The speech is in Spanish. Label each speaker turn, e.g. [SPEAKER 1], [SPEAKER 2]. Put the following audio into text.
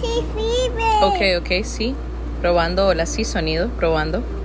[SPEAKER 1] fever.
[SPEAKER 2] Ok, ok, sí. Probando, hola, sí, sonido, probando.